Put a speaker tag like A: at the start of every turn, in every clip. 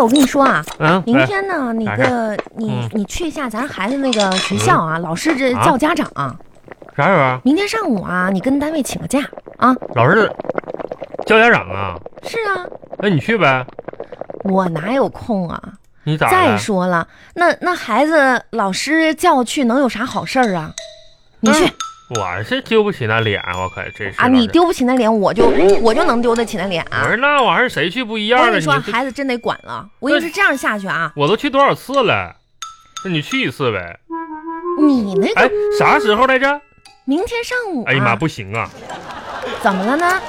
A: 我跟你说啊，
B: 嗯，
A: 明
B: 哎
A: 天呢，你
B: 哪
A: 个你
B: 嗯
A: 你去一下咱孩子那个学校啊，老师这
B: 啊
A: 叫家长啊。
B: 啥时候啊？
A: 明天上午啊，你跟单位请个假啊。
B: 老师叫家长啊？
A: 是啊，
B: 那你去呗，
A: 我哪有空啊？
B: 你咋
A: 再
B: 了？
A: 说了，那那孩子老师叫去能有啥好事儿啊？你去、
B: 我是丢不起那脸，我可真嗯是嗯
A: 啊，
B: 老
A: 你
B: 师
A: 丢不起那脸，我就我就能丢得起那脸
B: 我
A: 啊。
B: 说那玩意儿谁去不一
A: 我
B: 样
A: 跟
B: 了？
A: 你说，
B: 这哎
A: 孩子真得管了。我跟你说，这样下去啊，
B: 我都去多少次了？那你去一次呗。
A: 你那
B: 哎
A: 个，
B: 啥时候来着？
A: 明天上午、啊，
B: 哎呀妈，不行啊！
A: 怎么了呢？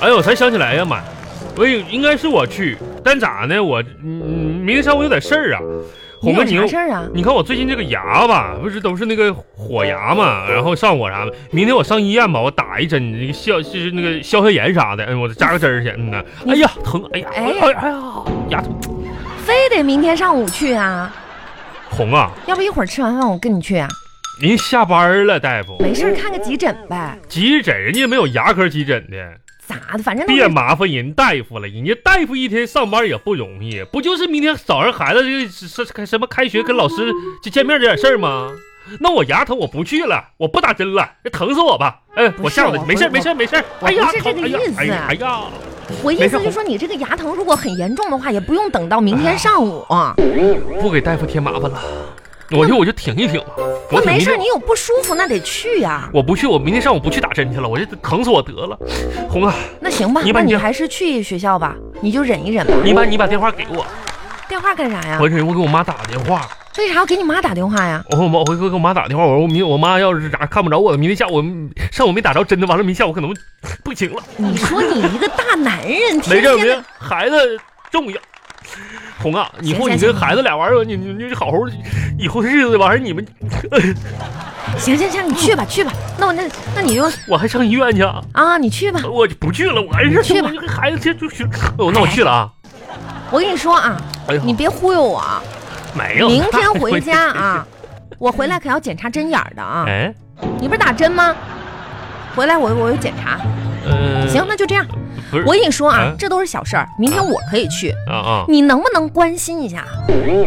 B: 哎呦，我才想起来，哎呀妈，我也应该是我去，但咋呢？我嗯，明天上午有点事儿啊。
A: 你
B: 红哥，
A: 有啥
B: 你又
A: 事儿啊？
B: 你看我最近这个牙吧，不是都是那个火牙嘛，然后上火啥的。明天我上医院吧，我打一针，那个消就是那个消消炎啥的。嗯，我扎个针儿去。嗯呐，哎呀疼，哎呀，
A: 哎
B: 哎呀，哎呀，牙疼。
A: 非得明天上午去啊？
B: 红啊，
A: 要不一会儿吃完饭我跟你去啊？
B: 您下班了，大夫，
A: 没事儿看个急诊呗，
B: 急诊人家没有牙科急诊的，
A: 咋的？反正都
B: 哎别
A: 是
B: 麻烦人大夫了，人家大夫一天上班也不容易，不就是明天早上孩子这个是是什么开学跟老师就见面这点事儿吗？那我牙疼，我不去了，我不打针了，疼死我吧！哎，
A: 不
B: 我
A: 是
B: 下午
A: 我
B: 没事儿
A: 不
B: 没事儿没事儿，
A: 我
B: 哎呀
A: 不是这
B: 疼
A: 个意思啊
B: 哎呀哎呀，
A: 我意
B: 没
A: 思
B: 事
A: 就是说，你这个牙疼如果很严重的话，也不用等到明天上午。
B: 啊不给大夫添麻烦了，我就我就挺一挺吧，
A: 那
B: 我挺
A: 没
B: 一
A: 事儿，
B: 挺。
A: 你有不舒服那得去呀、
B: 我不去，我明天上午不去打针去了，我这疼死我得了。红啊，
A: 那行吧，
B: 你把
A: 那
B: 你
A: 你
B: 这
A: 还是去学校吧，你就忍一忍吧。
B: 你把你把电话给
A: 啊
B: 我，
A: 电话干啥呀
B: 我？这我给我妈打个电话。
A: 为啥要给你妈打电话呀？
B: 我和我妈，我给我妈打电话，我说我明我妈要是啥看不着我，明天下午嗯上午没打着针的，完了明天下午可能不行了。
A: 你说你一个大男人， 天
B: 没事
A: 天
B: 没事
A: 的，
B: 孩子重要。红啊，以后
A: 行
B: 你
A: 行
B: 跟孩子俩玩玩，你你你好好，以后日子完事你们，
A: 行行行，你去吧去吧。那我那那你就
B: 我还上医院去啊，
A: 啊，你去吧。
B: 我就不去了，我还是
A: 去吧
B: 我就跟孩子这就是，哦，那我去了啊。
A: 我跟你说啊，
B: 哎呀，
A: 你别忽悠我啊，
B: 没有，
A: 明 天回家啊，我回来可要检查针眼儿的啊。
B: 哎，
A: 你不是打针吗？回来我我有检查。
B: 嗯，
A: 行，，那就这样。
B: 不是
A: 我跟你说啊
B: 嗯，
A: 这都是小事儿，明天我可以去。
B: 啊啊，
A: 你能不能关心一下？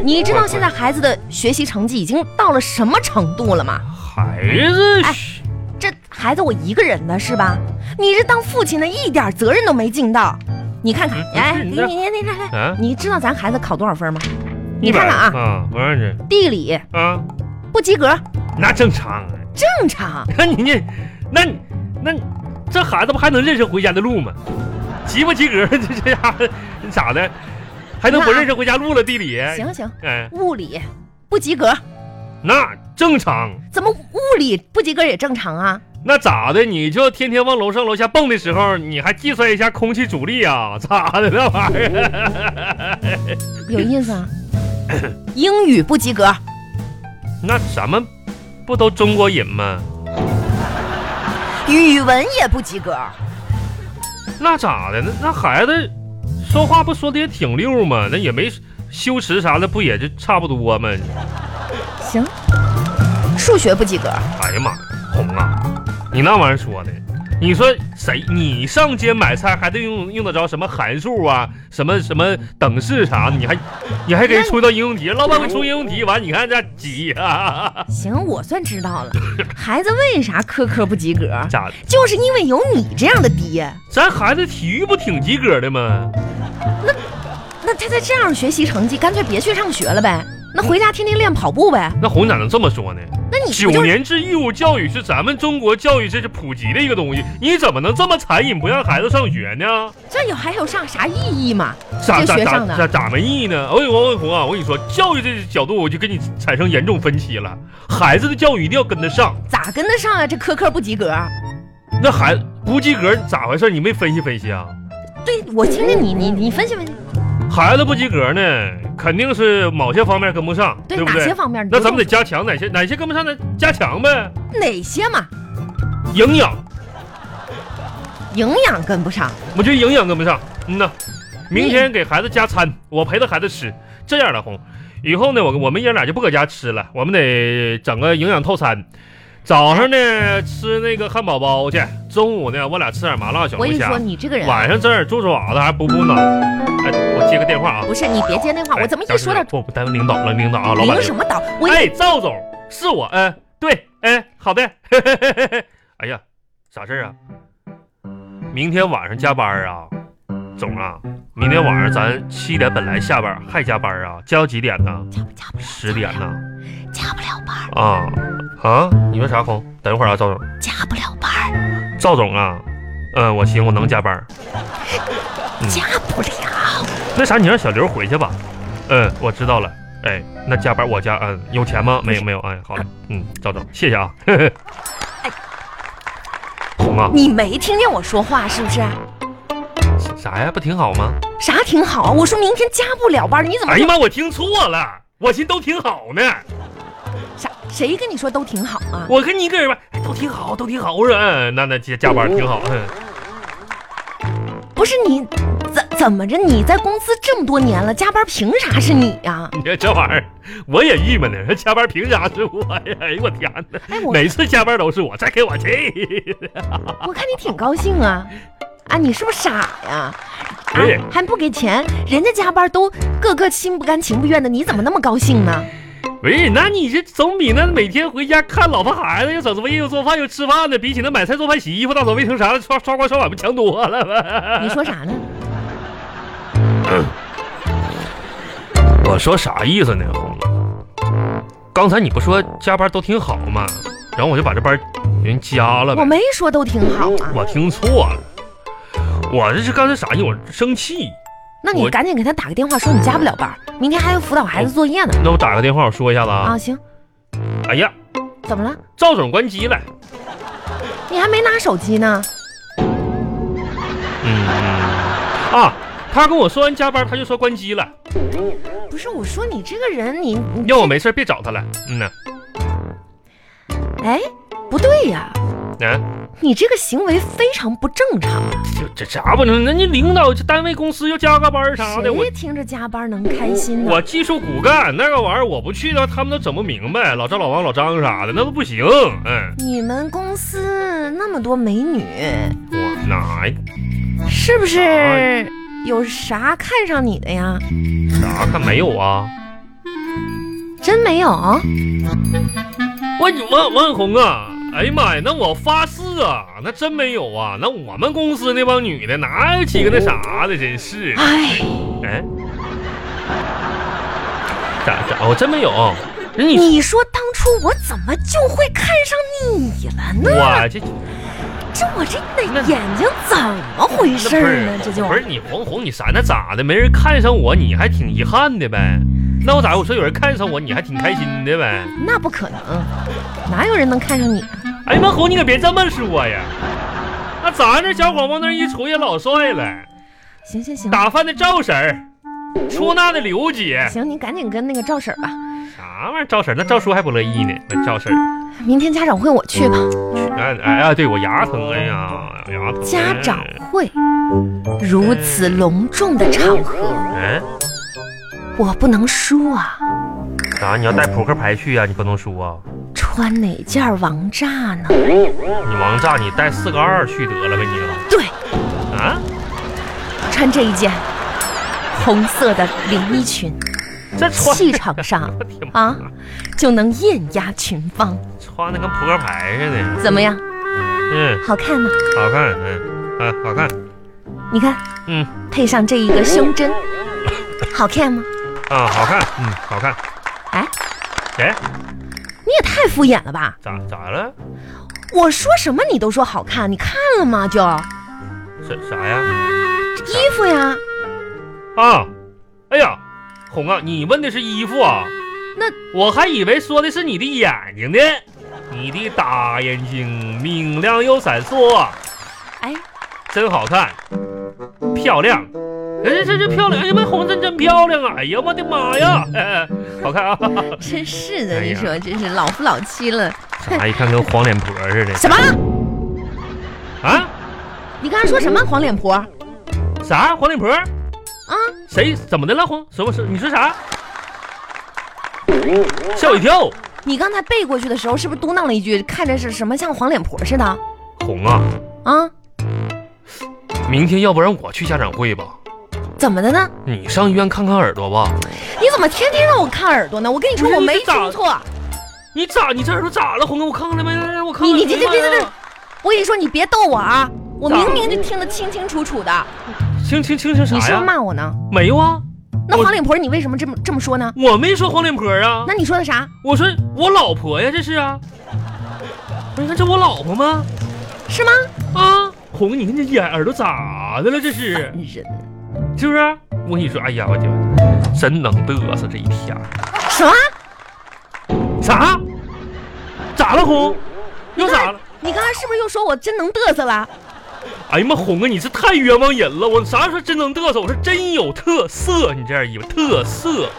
A: 你知道现在孩子的学习成绩已经到了什么程度了吗？
B: 孩子
A: 哎
B: 是，
A: 这孩子我一个人的是吧？你这当父亲的一点责任都没尽到。你看看
B: 嗯，不是
A: 哎，
B: 你
A: 你
B: 这
A: 你你来来，
B: 啊，
A: 你知道咱孩子考多少分吗？你
B: 一百
A: 看看啊，
B: 啊，我让你
A: 地理
B: 啊，
A: 不及格，
B: 那正常。
A: 正常。
B: 那你这，那你那你这孩子不还能认识回家的路吗？及不及格？这这家伙 咋的？还能不认识回家路了？地理？
A: 行行，
B: 哎，
A: 物理不及格，
B: 那正常。
A: 怎么物理不及格也正常啊？
B: 那咋的？你就天天往楼上楼下蹦的时候，你还计算一下空气阻力啊？ 咋的那玩意儿？
A: 有意思啊。 英语不及格，
B: 那咱们不都中国人吗？
A: 语文也不及格。
B: 那咋的？那那孩子说话不说的也挺溜吗？那也没羞耻啥的，不也就差不多吗？
A: 行，数学不及格，
B: 哎呀妈，红啊，你那玩意儿说的，你说谁？你上街买菜还得用用得着什么函数啊，什么什么等式啥的？你还你还给人出一道应用题，老板给出应用题，完你看这急啊，
A: 行，我算知道了。孩子为啥科科不及格？
B: 咋的？
A: 就是因为有你这样的爹，
B: 咱孩子体育不挺及格的吗？
A: 那他再这样学习成绩，干脆别去上学了呗。那回家天天练跑步呗。
B: 那红咋能这么说呢？
A: 那你
B: 九
A: 不就是
B: 年制义务教育是咱们中国教育这是普及的一个东西，你怎么能这么残忍不让孩子上学呢？
A: 这有还有上啥意义吗？
B: 咋
A: 这
B: 咋
A: 学
B: 咋
A: 上的
B: 咋咋没意义呢？我跟你说，文红啊，我跟你说，教育这个角度我就跟你产生严重分歧了。孩子的教育一定要跟得上，
A: 咋跟得上啊？这科科不及格。
B: 那孩子不及格咋回事？你没分析分析啊？
A: 对，我听听你，你你分析分析，
B: 孩子不及格呢，肯定是某些方面跟不上，对
A: 对
B: 不
A: 哪些
B: 对？
A: 方面？你
B: 那
A: 就
B: 咱们得加强哪些哪些跟不上的加强呗。
A: 哪些嘛？
B: 营养，
A: 营养跟不上，
B: 我觉得营养跟不上。嗯呐，明天给孩子加餐，我陪着孩子吃。这样的红，以后呢，我我们爷俩就不搁家吃了，我们得整个营养套餐。早上呢吃那个汉堡包去，中午呢我俩吃点麻辣小
A: 我跟
B: 龙
A: 你
B: 虾
A: 说，，你这个人啊
B: 晚上这儿做做瓦子还补补脑。哎，我接个电话啊。
A: 不是你别接那话，
B: 哎
A: 我怎么一说到
B: 不不耽误领导了，领导啊，老板
A: 领。什么导？我一
B: 哎，赵总，是我，嗯、对，嗯、好的。 哎呀，啥事儿啊？明天晚上加班儿啊，总啊，明天晚上咱七点本来下班，还加班啊？加到几点呢？
A: 加不加不了，
B: 十点呢？
A: 加不了班儿，
B: 啊啊！你说啥空？等一会儿啊，赵总，
A: 加不了班儿，
B: 赵总啊，嗯、我行，我能加班儿。
A: 加不了。
B: 那啥，你让小刘回去吧。嗯、我知道了。哎，那加班我加，嗯、有钱吗？没有，没有。哎，好了，嗯，赵总，谢谢啊。红啊，
A: 你没听见我说话是不是？
B: 啥呀？不挺好吗？
A: 啥挺好啊？我说明天加不了班儿，你怎么
B: 哎呀妈，我听错了，我寻思都挺好呢。
A: 啥？谁跟你说都挺好啊？
B: 我跟你一个人吧，哎都挺好，都挺好。我说，嗯，那那加加班挺好。 嗯，
A: 不是你怎怎么着？你在公司这么多年了，加班凭啥是你啊呀、
B: 你说这玩意儿，我也郁闷呢。 说加班凭啥是我呀？哎呦我天哪！
A: 哎，我
B: 每次加班都是我，再给我气！
A: 我看你挺高兴啊，啊，你是不是傻呀？啊
B: 不是，
A: 还不给钱，人家加班都个个心不甘情不愿的，你怎么那么高兴呢？
B: 不是，那你这总比那每天回家看老婆孩子又整什么又做饭又吃饭的，比起那买菜做饭洗衣服打扫卫生啥的刷刷锅刷碗不强多了吗？
A: 你说 啥呢？
B: 我说啥意思呢？红刚才你不说加班都挺好吗？然后我就把这班人加了呗
A: 我。没说都挺好啊，
B: 我听错了，我这是刚才啥意思？我生气。
A: 那你
B: 我嗯
A: 赶紧给他打个电话，说你加不了班，明天还要辅导孩子作业呢。
B: 那我打个电话，我说一下子啊。
A: 啊，行，
B: 哎呀，
A: 怎么了？
B: 赵总关机了。
A: 你还没拿手机呢？
B: 嗯啊，他跟我说完加班，他就说关机了。
A: 不是，我说你这个人，你你
B: 要我没事别找他了。嗯呐，
A: 哎，不对呀、
B: 嗯、
A: 你这个行为非常不正常。
B: 这这啥不能？人家领导这单位公司要加个班啥的，我
A: 谁听着加班能开心呢？
B: 我技术骨干那个玩意儿我不去的话，他们都整不明白。老赵、老王、老张啥的，那都不行。嗯，
A: 你们公司那么多美女，
B: 我哪
A: 是不
B: 哎
A: 是有啥看上你的呀？
B: 啥看没有啊？
A: 真没有？
B: 我万万红啊！哎呀妈呀，那我发誓啊，那真没有啊！那我们公司那帮女的哪有几个那啥的，真是。
A: 哎，
B: 哎，咋咋？我真没有。啊那你
A: 你说当初我怎么就会看上你了呢？
B: 我这
A: 这我这
B: 那
A: 的眼睛怎么回
B: 那
A: 事
B: 不
A: 儿
B: 是
A: 呢？这就
B: 不是你红红，你闪那咋的？没人看上我，你还挺遗憾的呗？那我咋？我说有人看上我，你还挺开心的呗？
A: 那不可
B: 嗯
A: 能，哪有人能看上你啊？
B: 哎呀妈，红，你可别这么说呀！那咱这小伙往那儿一杵也老帅了，
A: 行行行。
B: 打饭的赵婶儿，出纳的刘姐，
A: 行，你赶紧跟那个赵婶儿吧，
B: 啥玩意儿？赵婶儿，那赵叔还不乐意呢。那赵婶儿，
A: 明天家长会我去吧。
B: 哎哎呀，对我牙疼，哎呀，牙疼。哎
A: 家长会，如此隆重的场合，
B: 哎，
A: 我不能输啊！
B: 啥？你要带扑克牌去呀、你不能输啊！
A: 穿哪件王炸呢？
B: 你王炸，你带四个二去得了呗你
A: 对，
B: 啊？
A: 穿这一件红色的连衣裙，
B: 这穿
A: 气场上
B: 我天妈
A: 啊，就能艳压群芳。
B: 穿的跟扑克牌似的。
A: 怎么样？
B: 嗯，
A: 好看吗？
B: 好看，嗯，啊，好看，
A: 你看，
B: 嗯，
A: 配上这一个胸针，好看吗？
B: 啊，好看，嗯，好看。
A: 哎，
B: 哎，
A: 你也太敷衍了吧！
B: 咋咋了？
A: 我说什么你都说好看，你看了吗？就
B: 啥啥呀？
A: 衣服呀，
B: 啊，哎呀，红啊，你问的是衣服啊？
A: 那
B: 我还以为说的是你的眼睛呢，你的大眼睛明亮又闪烁，
A: 哎，
B: 真好看，漂亮。哎，这这漂亮！哎呀妈，红真真漂亮啊！哎呀，我的妈呀，哎、好看啊！
A: 真是的，
B: 哎
A: 你
B: 呀
A: 说真是老夫老妻了。
B: 啥？一看跟黄脸婆似的
A: 什么？
B: 啊？
A: 你刚才说什么黄脸婆啊？
B: 啥？黄脸婆？谁怎么的了？黄什么事？你说啥？吓我一跳！
A: 你刚才背过去的时候，是不是嘟囔了一句，看着是什么像黄脸婆似的
B: 红啊，
A: 啊？
B: 明天要不然我去家长会吧，
A: 怎么的呢？
B: 你上医院看看耳朵吧。
A: 你怎么天天让我看耳朵呢？我跟你说，
B: 不是
A: 我没
B: 你这咋
A: 出错。
B: 你咋？你这耳朵咋了，红啊哥？我看看来没？来我看
A: 你
B: 看。
A: 你这这这这这，我跟你说，你别逗我啊！我
B: 咋
A: 明明就听得清清楚楚的，
B: 清清清清
A: 你
B: 啥
A: 是不是
B: 呀？
A: 骂我呢？
B: 没有啊，
A: 那
B: 我
A: 黄脸婆，你为什么这么这么说呢？
B: 我没说黄脸婆啊。
A: 那你说的啥？
B: 我说我老婆呀，这是啊。不是，那这我老婆吗？
A: 是吗？
B: 啊，红，你看这眼耳朵咋的了？这是
A: 人
B: 是不是？我跟你说，哎呀，我就真能嘚瑟这一天儿。
A: 什么？
B: 啥？咋了，红？又咋了？
A: 你刚才是不是又说我真能嘚瑟了？
B: 哎呀妈，红啊，你这太冤枉人了！我啥时候真能嘚瑟？我是真有特色，你这样一个特色。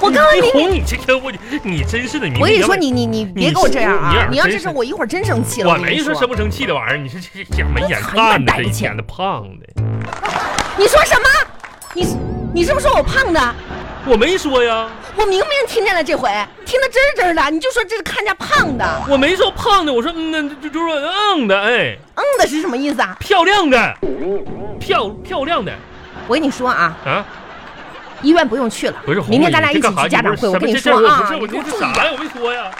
A: 我刚才
B: 你
A: 明明……
B: 红，你这天我你真是的，你
A: 我跟你说，
B: 明
A: 你你你别给我这样
B: 你耳
A: 啊！你要这
B: 真是
A: 是我一会儿真生气
B: 明
A: 了。
B: 我
A: 跟你
B: 没说生不生气的玩意儿，你是这这这没眼看的，这一天的胖的，
A: 你说什么？你你是不是说我胖的？
B: 我没说呀，
A: 我明明听见了，这回听得真真的，你就说这是看家胖的，
B: 我没说胖的，我说嗯那就就说嗯的，哎，
A: 嗯的是什么意思啊？
B: 漂亮的，漂漂亮的
A: 我跟你说啊，
B: 啊，
A: 医院不用去了，
B: 不是红
A: 明天
B: 你
A: 咱俩
B: 这
A: 一起
B: 干啥
A: 去家长会，
B: 你
A: 我
B: 不
A: 跟
B: 是
A: 你
B: 什么
A: 说啊，
B: 这这
A: 你
B: 我不
A: 给
B: 是
A: 我
B: 我
A: 注
B: 这是
A: 意
B: 啥
A: 点。
B: 呀？我没说呀，